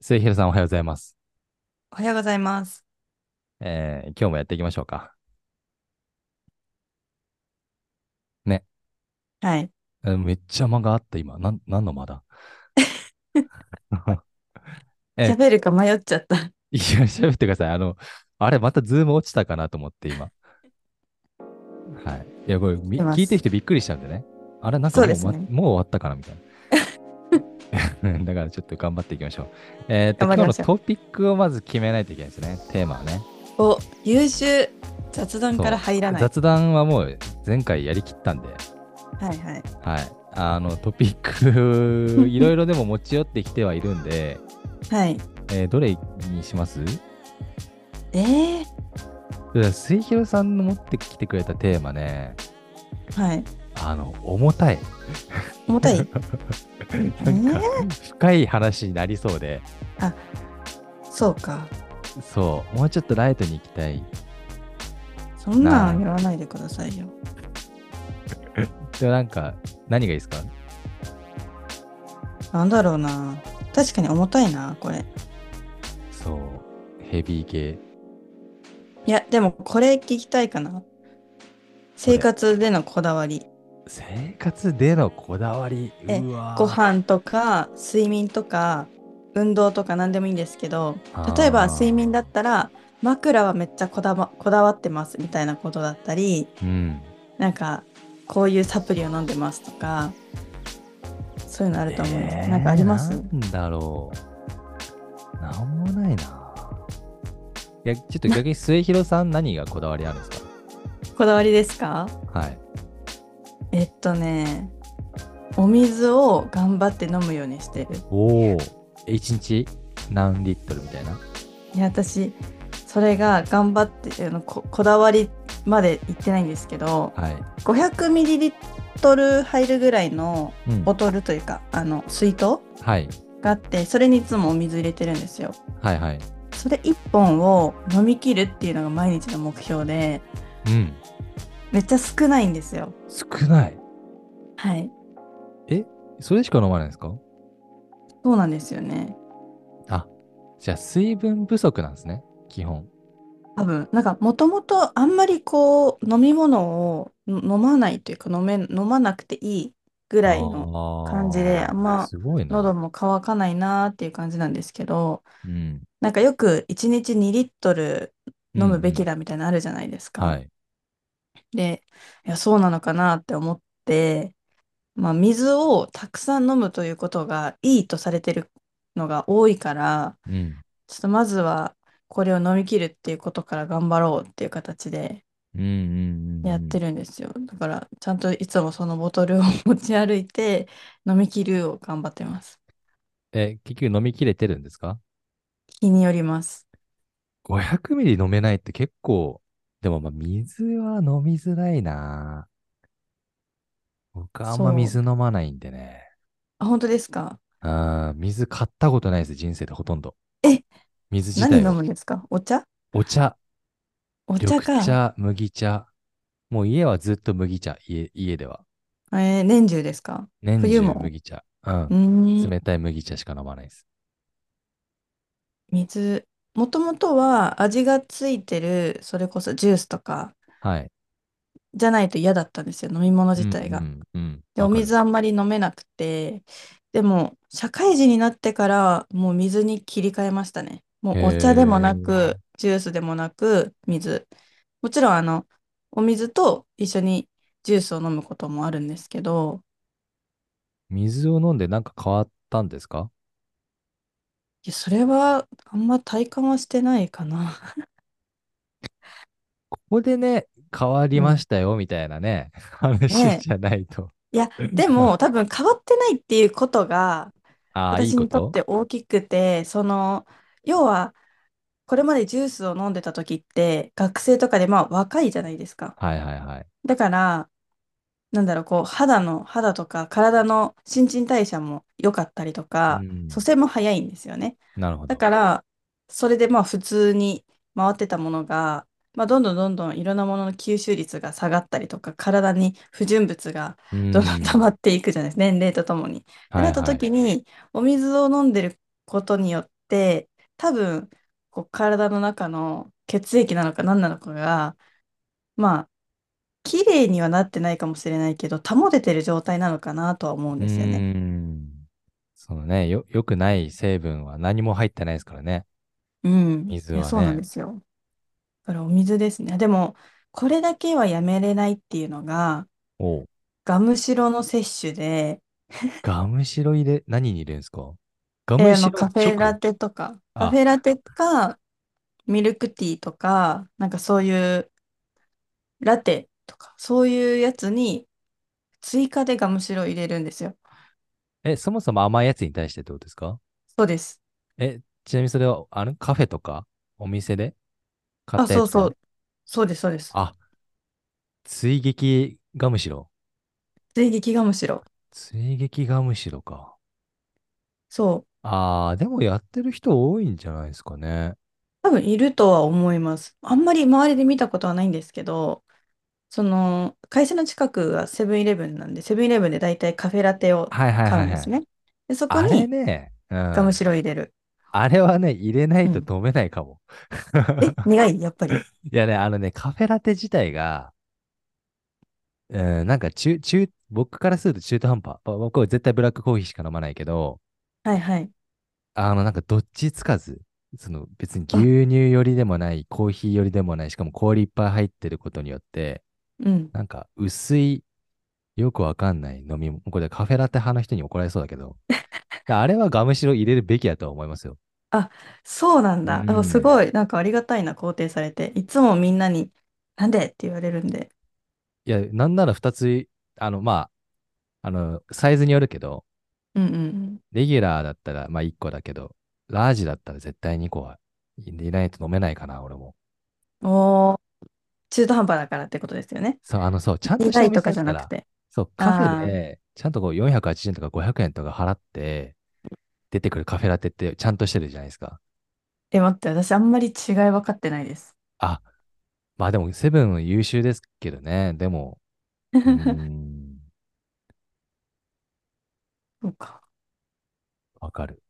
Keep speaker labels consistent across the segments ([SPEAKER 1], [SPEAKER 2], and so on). [SPEAKER 1] 末広さんおはようございます。
[SPEAKER 2] おはようございます。
[SPEAKER 1] えー、今日もやっていきましょうか。ね。
[SPEAKER 2] はい。
[SPEAKER 1] えーめっちゃ間があった今。なん、何の間 だえ、
[SPEAKER 2] 喋るか迷っちゃった。
[SPEAKER 1] いや、喋ってください。あの、あれ、またズーム落ちたかなと思って今。はい。いや、これ、
[SPEAKER 2] 来て
[SPEAKER 1] み
[SPEAKER 2] ま
[SPEAKER 1] 聞いてる
[SPEAKER 2] す。
[SPEAKER 1] 人びっくりしたんでね。あれ、なんか
[SPEAKER 2] そうで
[SPEAKER 1] もう、
[SPEAKER 2] す
[SPEAKER 1] ま、
[SPEAKER 2] ね。
[SPEAKER 1] もう終わったかなみたいな。 だからちょっと頑張っていきましょう。えーっと、
[SPEAKER 2] 頑張り
[SPEAKER 1] 今日
[SPEAKER 2] ま
[SPEAKER 1] の
[SPEAKER 2] しょう。
[SPEAKER 1] トピックをまず決めないといけないですね。テーマをね。
[SPEAKER 2] お、優秀。雑談から
[SPEAKER 1] そ
[SPEAKER 2] 入ら
[SPEAKER 1] う。
[SPEAKER 2] ない。
[SPEAKER 1] 雑談はもう前回やりきったんで。
[SPEAKER 2] はいはい。
[SPEAKER 1] はい。あの、トピック、いろいろでも持ち寄ってきてはいるんで、
[SPEAKER 2] はい。
[SPEAKER 1] えーどれにします
[SPEAKER 2] えー、
[SPEAKER 1] 末広さんの持ってきてくれたテーマね、
[SPEAKER 2] はい。
[SPEAKER 1] あの、重たい。
[SPEAKER 2] 重たいえ
[SPEAKER 1] なんか、
[SPEAKER 2] ー、
[SPEAKER 1] 深い話になりそうで、
[SPEAKER 2] あ、そうか。
[SPEAKER 1] そう、もうちょっとライトに行きたい
[SPEAKER 2] そんなん
[SPEAKER 1] な。
[SPEAKER 2] 言わないでくださいよ。
[SPEAKER 1] でもなんか、何がいいですか
[SPEAKER 2] なんだろうな。確かに重たいな、これ。
[SPEAKER 1] そう、ヘビー系。
[SPEAKER 2] いや、でもこれ聞きたいかな。
[SPEAKER 1] こ
[SPEAKER 2] 生
[SPEAKER 1] れ、
[SPEAKER 2] 活でのこだわり。
[SPEAKER 1] 生活でのこだわり。
[SPEAKER 2] え、
[SPEAKER 1] う
[SPEAKER 2] ご
[SPEAKER 1] わ
[SPEAKER 2] 飯とか睡眠とか運動とか何でもいいんですけど、例えば睡眠だ
[SPEAKER 1] あ
[SPEAKER 2] ったら枕はめっちゃこだわ、こだわってますみたいなことだったり、
[SPEAKER 1] ーうん。
[SPEAKER 2] なんかこういうサプリを飲んでますとか、そういうのあると思うんですけど、なんかあ
[SPEAKER 1] え
[SPEAKER 2] り
[SPEAKER 1] ー、
[SPEAKER 2] ま
[SPEAKER 1] な
[SPEAKER 2] す
[SPEAKER 1] んだろう。なんもないな。いや、ちょっと
[SPEAKER 2] な、
[SPEAKER 1] 逆に末広さん何がこだわりあるんですか
[SPEAKER 2] こだわりですか
[SPEAKER 1] はい。
[SPEAKER 2] えっとね、お水を頑張って飲むようにしてる。
[SPEAKER 1] おお、え一日何リットルみたいな。
[SPEAKER 2] いや、私、それが頑張って、あのこ、こだわりまで行ってないんですけど、
[SPEAKER 1] はい。
[SPEAKER 2] 500ミリリットル入るぐらいの
[SPEAKER 1] うん。
[SPEAKER 2] ボトルというか、あの、水筒
[SPEAKER 1] はい。
[SPEAKER 2] があって、それにいつもお水入れてるんですよ。
[SPEAKER 1] はいはい。
[SPEAKER 2] それ1本を飲み切るっていうのが毎日の目標で、
[SPEAKER 1] うん。
[SPEAKER 2] めっちゃ少ないんですよ。
[SPEAKER 1] 少ない。
[SPEAKER 2] はい。
[SPEAKER 1] えそれしか飲まないんですか
[SPEAKER 2] そうなんですよね。
[SPEAKER 1] あ、じゃあ水分不足なんですね。基本。
[SPEAKER 2] 多分、なんか、もともとあんまりこう、飲み物をの飲まないというか、飲め、飲まなくていいぐらいの感じで、
[SPEAKER 1] あ
[SPEAKER 2] あ
[SPEAKER 1] あ、
[SPEAKER 2] んます
[SPEAKER 1] ごいな。
[SPEAKER 2] 喉も渇かないなーっていう感じなんですけど、
[SPEAKER 1] うん。
[SPEAKER 2] なんかよく1日2リットル
[SPEAKER 1] うんう
[SPEAKER 2] 飲むべき
[SPEAKER 1] ん。
[SPEAKER 2] だみたいなのあるじゃないです
[SPEAKER 1] は
[SPEAKER 2] か。
[SPEAKER 1] い。
[SPEAKER 2] で、いや、そうなのかなって思って、まあ、水をたくさん飲むということがいいとされてるのが多いから、
[SPEAKER 1] うん。
[SPEAKER 2] ちょっとまずはこれを飲み切るっていうことから頑張ろうっていう形で
[SPEAKER 1] うんうん
[SPEAKER 2] やっ
[SPEAKER 1] うんう
[SPEAKER 2] て
[SPEAKER 1] ん。
[SPEAKER 2] るんですよ。だから、ちゃんといつもそのボトルを持ち歩いて飲み切るを頑張ってます。
[SPEAKER 1] え、結局飲み切れてるんですか
[SPEAKER 2] 日によります。
[SPEAKER 1] 500ミリ飲めないって結構、でもまあ水は飲みづらいな。僕あんま
[SPEAKER 2] そう。
[SPEAKER 1] 水飲まないんでね。
[SPEAKER 2] あ、本当ですか
[SPEAKER 1] あー水買ったことないです、人生でほとんど。
[SPEAKER 2] え、
[SPEAKER 1] 水自
[SPEAKER 2] 何
[SPEAKER 1] 体
[SPEAKER 2] 飲
[SPEAKER 1] を。
[SPEAKER 2] むんですかお茶
[SPEAKER 1] お茶、
[SPEAKER 2] お茶
[SPEAKER 1] 緑
[SPEAKER 2] か。
[SPEAKER 1] 茶、麦茶。もう家はずっと麦茶、家、家では。
[SPEAKER 2] えー年中ですか
[SPEAKER 1] 年
[SPEAKER 2] 冬
[SPEAKER 1] 中
[SPEAKER 2] も
[SPEAKER 1] 麦茶。うん。
[SPEAKER 2] うーん。
[SPEAKER 1] 冷たい麦茶しか飲まないです。
[SPEAKER 2] 水。もともとは味がついてる、それこそジュースとか
[SPEAKER 1] はい。
[SPEAKER 2] じゃないと嫌だったんですよ、飲み物
[SPEAKER 1] う
[SPEAKER 2] 自
[SPEAKER 1] ん
[SPEAKER 2] 体が。
[SPEAKER 1] うんうん。
[SPEAKER 2] で、
[SPEAKER 1] わ
[SPEAKER 2] お
[SPEAKER 1] かる。
[SPEAKER 2] 水あんまり飲めなくて、でも、社会人になってから、もう水に切り替えましたね。もうお茶でも
[SPEAKER 1] へ
[SPEAKER 2] な
[SPEAKER 1] ー
[SPEAKER 2] く、ジュースでもなく、水。もちろん、あの、お水と一緒にジュースを飲むこともあるんですけど、
[SPEAKER 1] 水を飲んでなんか変わったんですか
[SPEAKER 2] いや、それはあんま体感はしてないかな。
[SPEAKER 1] ここでね、変わり
[SPEAKER 2] う
[SPEAKER 1] ま
[SPEAKER 2] ん。
[SPEAKER 1] したよ、みたいなね、話
[SPEAKER 2] ね
[SPEAKER 1] じゃないと。
[SPEAKER 2] え。いや、でも多分変わってないっていうことが、
[SPEAKER 1] ああ、いい
[SPEAKER 2] 私
[SPEAKER 1] こ
[SPEAKER 2] にとっ
[SPEAKER 1] と
[SPEAKER 2] て大きくて、その、要は、これまでジュースを飲んでた時って、学生とかでまあ若いじゃないですか。
[SPEAKER 1] はいはいはい。
[SPEAKER 2] だから、なんだろう、こう、肌の、肌とか体の新陳代謝も良かったりと
[SPEAKER 1] う
[SPEAKER 2] か、蘇
[SPEAKER 1] ん。
[SPEAKER 2] 生も早いんですよね。
[SPEAKER 1] なるほ
[SPEAKER 2] だ
[SPEAKER 1] ど。
[SPEAKER 2] から、それでまあ普通に回ってたものが、まあどんどんどんどんいろんなものの吸収率が下がったりとか、体に不純物が
[SPEAKER 1] う
[SPEAKER 2] どんどん溜
[SPEAKER 1] ん。
[SPEAKER 2] まっていくじゃないですか、年齢とともに。って
[SPEAKER 1] は
[SPEAKER 2] ないった
[SPEAKER 1] はい。
[SPEAKER 2] 時に、お水を飲んでることによっって多分こう体の中の血液なのか何なのかがまあ綺麗にはなってないかもしれないけど保ててる状態なのかなとは思うん
[SPEAKER 1] う
[SPEAKER 2] ですよね。
[SPEAKER 1] ーん。そのね、よ、良くない成分は何も入ってないですからね。
[SPEAKER 2] うん。
[SPEAKER 1] 水
[SPEAKER 2] いや、
[SPEAKER 1] は
[SPEAKER 2] そうなん
[SPEAKER 1] ね。
[SPEAKER 2] ですよ。だからお水ですね。でもこれだけはやめれないっていうのが
[SPEAKER 1] おう。
[SPEAKER 2] ガムシロの摂取で、
[SPEAKER 1] ガムシロ入れ、何に入れるんですかガ
[SPEAKER 2] えー
[SPEAKER 1] ム
[SPEAKER 2] あ
[SPEAKER 1] シ
[SPEAKER 2] の
[SPEAKER 1] ロ
[SPEAKER 2] カフェラ
[SPEAKER 1] 食
[SPEAKER 2] テとかカフ
[SPEAKER 1] あ、
[SPEAKER 2] ェラテかミルクティーとかなんかそういうラテとかそういうやつに追加でガムシロ入れるんですよ。
[SPEAKER 1] え、そもそも甘いやつに対してってことですか
[SPEAKER 2] そうです。
[SPEAKER 1] え、ちなみにそれは、あの、カフェとか、お店で買っ
[SPEAKER 2] あ、
[SPEAKER 1] たや
[SPEAKER 2] そう
[SPEAKER 1] つが
[SPEAKER 2] そう。そうです、そうです。
[SPEAKER 1] あ、追撃ガムシロ。
[SPEAKER 2] 追撃ガムシロ。
[SPEAKER 1] 追撃ガムシロか。
[SPEAKER 2] そう。
[SPEAKER 1] あー、でもやってる人多いんじゃないですかね。
[SPEAKER 2] 多分いるとは思います。あんまり周りで見たことはないんですけど、その会社の近くがセブンイレブンなんで、セブンイレブンで大体カフェラテを
[SPEAKER 1] はいはい
[SPEAKER 2] 買う
[SPEAKER 1] は
[SPEAKER 2] ん
[SPEAKER 1] い
[SPEAKER 2] で
[SPEAKER 1] は
[SPEAKER 2] す
[SPEAKER 1] い。
[SPEAKER 2] ね。で、そこ
[SPEAKER 1] あれ
[SPEAKER 2] に
[SPEAKER 1] ね、う
[SPEAKER 2] ガム
[SPEAKER 1] ん。
[SPEAKER 2] シロ入れる。
[SPEAKER 1] あれはね、入れないうと
[SPEAKER 2] ん。
[SPEAKER 1] 飲めないかも。
[SPEAKER 2] え、苦い、やっぱり。
[SPEAKER 1] いやね、あのね、カフェラテ自体が、うん、なんか中、中、僕からすると中途半端。ぼ僕は絶対ブラックコーヒーしか飲まないけど、
[SPEAKER 2] はいはい。
[SPEAKER 1] あの、なんかどっちつかず、その別に
[SPEAKER 2] あ、
[SPEAKER 1] 牛乳よりでもない、コーヒーよりでもない、しかも氷いっぱい入ってることによって、
[SPEAKER 2] うん。
[SPEAKER 1] なんか薄い、よくわかんない飲み物。これカフェラテ派の人に怒られそうだけ ど、あれはガムシロ入れるべきだとは思いますよ。
[SPEAKER 2] あ、そうなん
[SPEAKER 1] う
[SPEAKER 2] だ。あす
[SPEAKER 1] ん。
[SPEAKER 2] ごい、なんかありがたいな、肯定されて。いつもみんなに、なんでって言われるんで。
[SPEAKER 1] いや、なんなら二つ、あの、まあ、あの、サイズによるけど、
[SPEAKER 2] うんうんうん。
[SPEAKER 1] レギュラーだったら、まあ、1個だけど、ラージだったら絶対2個は入れないと飲めないかな、俺も。
[SPEAKER 2] おー、中途半端だからってことですよね。
[SPEAKER 1] そう、あの、そう、ちゃんとし
[SPEAKER 2] 苦
[SPEAKER 1] たお
[SPEAKER 2] い
[SPEAKER 1] 店
[SPEAKER 2] と
[SPEAKER 1] だ
[SPEAKER 2] か
[SPEAKER 1] っ
[SPEAKER 2] じゃ
[SPEAKER 1] た
[SPEAKER 2] なく
[SPEAKER 1] ら、
[SPEAKER 2] て。
[SPEAKER 1] そう、カフェ
[SPEAKER 2] ああ、
[SPEAKER 1] で、ちゃんとこう、480円とか500円とか払って、出てくるカフェラテってちゃんとしてるじゃないですか。
[SPEAKER 2] え、待って、私あんまり違い分かってないです。
[SPEAKER 1] あ、まあでも、セブンは優秀ですけどね、でも、うーん、
[SPEAKER 2] そうか。
[SPEAKER 1] わかる。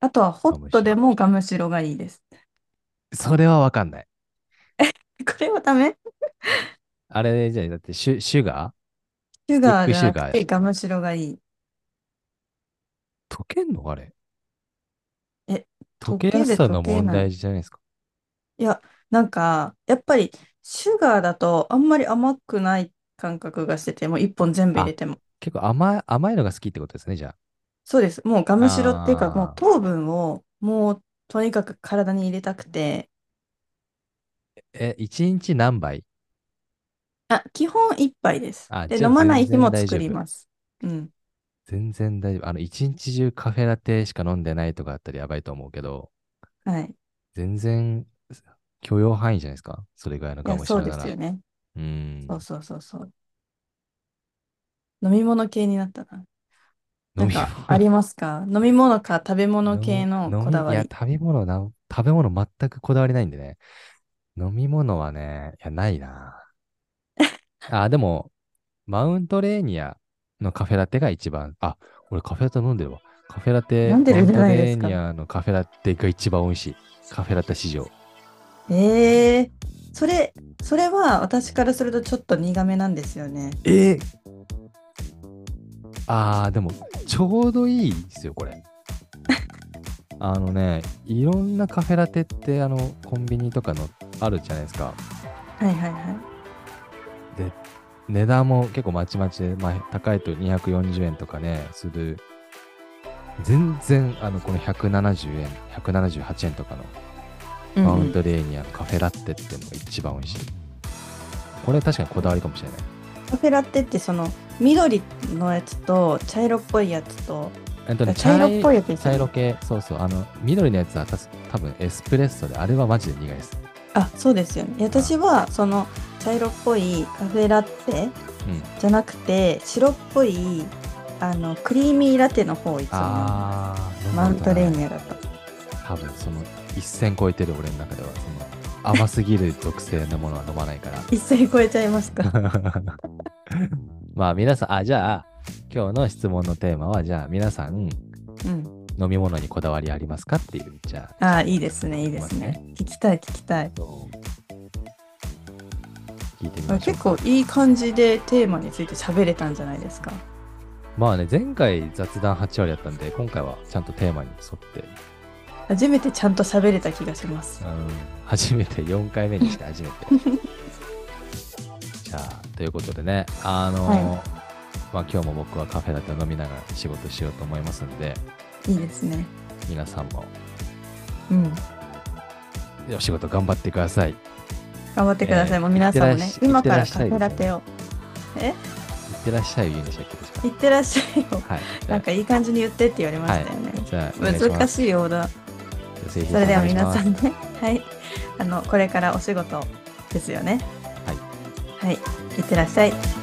[SPEAKER 2] あとは、ホ
[SPEAKER 1] ガ
[SPEAKER 2] ッ
[SPEAKER 1] ム
[SPEAKER 2] ト
[SPEAKER 1] シ
[SPEAKER 2] で
[SPEAKER 1] ロ。
[SPEAKER 2] もガムシロがいいです。
[SPEAKER 1] それはわかんない。
[SPEAKER 2] これはダメ
[SPEAKER 1] あれじゃあ、だってシュ、シュガー
[SPEAKER 2] シ
[SPEAKER 1] スティッ
[SPEAKER 2] ュガー
[SPEAKER 1] ク
[SPEAKER 2] じゃ
[SPEAKER 1] シュ
[SPEAKER 2] なく
[SPEAKER 1] ガー、
[SPEAKER 2] てガムシロがいい。
[SPEAKER 1] 溶けんのあれ。
[SPEAKER 2] え、
[SPEAKER 1] 溶
[SPEAKER 2] 溶
[SPEAKER 1] けや
[SPEAKER 2] け
[SPEAKER 1] す
[SPEAKER 2] る
[SPEAKER 1] さ
[SPEAKER 2] 溶
[SPEAKER 1] の
[SPEAKER 2] け
[SPEAKER 1] 問
[SPEAKER 2] ない。
[SPEAKER 1] 題じゃないですか。
[SPEAKER 2] いや、なんか、やっぱり、シュガーだとあんまり甘くない感覚がしてて、もう一本全部入
[SPEAKER 1] あ、
[SPEAKER 2] れても。
[SPEAKER 1] 結構甘い、甘いのが好きってことですね、じゃ
[SPEAKER 2] そうです。もうガムシロっていうか、もう
[SPEAKER 1] あ。あ
[SPEAKER 2] 糖分をもうとにかく体に入れたくて、
[SPEAKER 1] ーえ、一日何杯
[SPEAKER 2] あ、基本一杯です。
[SPEAKER 1] あ、
[SPEAKER 2] で、
[SPEAKER 1] じゃあ
[SPEAKER 2] 飲まな
[SPEAKER 1] 全
[SPEAKER 2] い日
[SPEAKER 1] 然
[SPEAKER 2] も
[SPEAKER 1] 大
[SPEAKER 2] 作
[SPEAKER 1] 丈
[SPEAKER 2] り
[SPEAKER 1] 夫。
[SPEAKER 2] ます。うん。
[SPEAKER 1] 全然大丈夫。あの、一日中カフェラテしか飲んでないとかだったらやばいと思うけど、
[SPEAKER 2] はい。
[SPEAKER 1] 全然許容範囲じゃないですか。それぐらいの
[SPEAKER 2] い
[SPEAKER 1] ガ
[SPEAKER 2] や、
[SPEAKER 1] ムシ
[SPEAKER 2] そう
[SPEAKER 1] ロ
[SPEAKER 2] で
[SPEAKER 1] な
[SPEAKER 2] すよ
[SPEAKER 1] ら。
[SPEAKER 2] ね。
[SPEAKER 1] うー。
[SPEAKER 2] そうんそうそうそう。飲み物系になったな。な
[SPEAKER 1] 飲
[SPEAKER 2] ん
[SPEAKER 1] み
[SPEAKER 2] か、あ
[SPEAKER 1] 物、
[SPEAKER 2] りますか飲み物か食べ物系
[SPEAKER 1] 飲
[SPEAKER 2] の
[SPEAKER 1] み、飲
[SPEAKER 2] こ
[SPEAKER 1] み、
[SPEAKER 2] だ
[SPEAKER 1] い
[SPEAKER 2] わ
[SPEAKER 1] や、
[SPEAKER 2] り。
[SPEAKER 1] 食べ物な、食べ物全くこだわりないんでね。飲み物はね、いや、ない な。あ、でも、マウントレーニアのカフェラテが一番、あ、俺カフェラテ飲んでるわ。カフェラ
[SPEAKER 2] 飲
[SPEAKER 1] テ、
[SPEAKER 2] んで
[SPEAKER 1] マウ
[SPEAKER 2] る
[SPEAKER 1] ン
[SPEAKER 2] じゃ
[SPEAKER 1] ト
[SPEAKER 2] ないで
[SPEAKER 1] レー
[SPEAKER 2] す
[SPEAKER 1] ニ
[SPEAKER 2] か。
[SPEAKER 1] アのカフェラテが一番美味しい。カフェラテ市場。
[SPEAKER 2] ええそれ、それは私からするとちょっと苦めなんですよね。
[SPEAKER 1] えー、あー、でも、ちょうどいいですよ、こ れ。あのね、いろんなカフェラテって、あの、コンビニとかのあるじゃないですか。
[SPEAKER 2] はいはいは
[SPEAKER 1] で、値段も結構まちまちで、まあ、高いと240円とかね、する。全然、あの、この170円、178円とかの
[SPEAKER 2] い。うん
[SPEAKER 1] マウ
[SPEAKER 2] う
[SPEAKER 1] ン
[SPEAKER 2] ん。
[SPEAKER 1] トレーニアのカフェラテってのが一番美味しい。これ確かにこだわりかもしれない。
[SPEAKER 2] カフェラテってその緑のやつと茶色っぽいやつと、
[SPEAKER 1] えっとね、
[SPEAKER 2] あ茶
[SPEAKER 1] 茶
[SPEAKER 2] 色っ
[SPEAKER 1] い、
[SPEAKER 2] ぽいやつです
[SPEAKER 1] 茶
[SPEAKER 2] よ
[SPEAKER 1] 色
[SPEAKER 2] ね。
[SPEAKER 1] 系、そうそう、あの、緑のやつはたす多分エスプレッソで、あれはマジで苦いです。
[SPEAKER 2] あ、そうですよね。私
[SPEAKER 1] あ、
[SPEAKER 2] はその茶色っぽいカフェラテ
[SPEAKER 1] うん。
[SPEAKER 2] じゃなくて白っぽいあのクリーミーラテの方をいつも飲んでます。
[SPEAKER 1] あー、飲んだ
[SPEAKER 2] マウ
[SPEAKER 1] こ
[SPEAKER 2] ン
[SPEAKER 1] と
[SPEAKER 2] トレ
[SPEAKER 1] な
[SPEAKER 2] ー
[SPEAKER 1] い。
[SPEAKER 2] ニアだと。
[SPEAKER 1] 多分その一線超えてる俺の中では、その甘すぎる属性のものは飲まないか
[SPEAKER 2] 一斉超えちゃいま すか。
[SPEAKER 1] ら。 まあ皆さん、あ、じゃあ、今日の質問のテーマは、じゃあ皆さん、
[SPEAKER 2] うん。
[SPEAKER 1] 飲み物にこだわりありますかっていう、じゃ
[SPEAKER 2] あ
[SPEAKER 1] あ。
[SPEAKER 2] あ、いいですね、いいですね。聞きたい、聞きたい。
[SPEAKER 1] そう。聞いてみましょう。
[SPEAKER 2] 結構いい感じでテーマについて喋れたんじゃないですか。
[SPEAKER 1] まあね、前回雑談8割だったんで、今回はちゃんとテーマに沿って、
[SPEAKER 2] 初めてちゃんと喋れた気がします。
[SPEAKER 1] うん、初めて4回目にして初めて。じゃあ、ということでね、あのー
[SPEAKER 2] は
[SPEAKER 1] まあ今日も僕はカフェラテを飲みながら仕事しようと思いますんで、
[SPEAKER 2] いいですね。
[SPEAKER 1] 皆さんも
[SPEAKER 2] うん。
[SPEAKER 1] お仕事頑張ってください。いっ
[SPEAKER 2] 頑張ってください。
[SPEAKER 1] えー
[SPEAKER 2] もう皆さんもね
[SPEAKER 1] いっ、てらっしゃいいって
[SPEAKER 2] 今から
[SPEAKER 1] ら
[SPEAKER 2] カフ
[SPEAKER 1] っしゃい
[SPEAKER 2] ェラテを。え
[SPEAKER 1] てらっしゃい、言うんでしたっけ確か
[SPEAKER 2] いってらっしゃい を。
[SPEAKER 1] はい。じゃ
[SPEAKER 2] なん
[SPEAKER 1] あ
[SPEAKER 2] かいい感じに言ってって言われましたよね。
[SPEAKER 1] じゃあお願いしま
[SPEAKER 2] 難
[SPEAKER 1] す、
[SPEAKER 2] しいオーダー。
[SPEAKER 1] ぜひ
[SPEAKER 2] それでは皆
[SPEAKER 1] お願いし
[SPEAKER 2] さ
[SPEAKER 1] ます
[SPEAKER 2] んね、はい。あの、これからお仕事ですよね。
[SPEAKER 1] はい
[SPEAKER 2] はい。いってらっしゃい。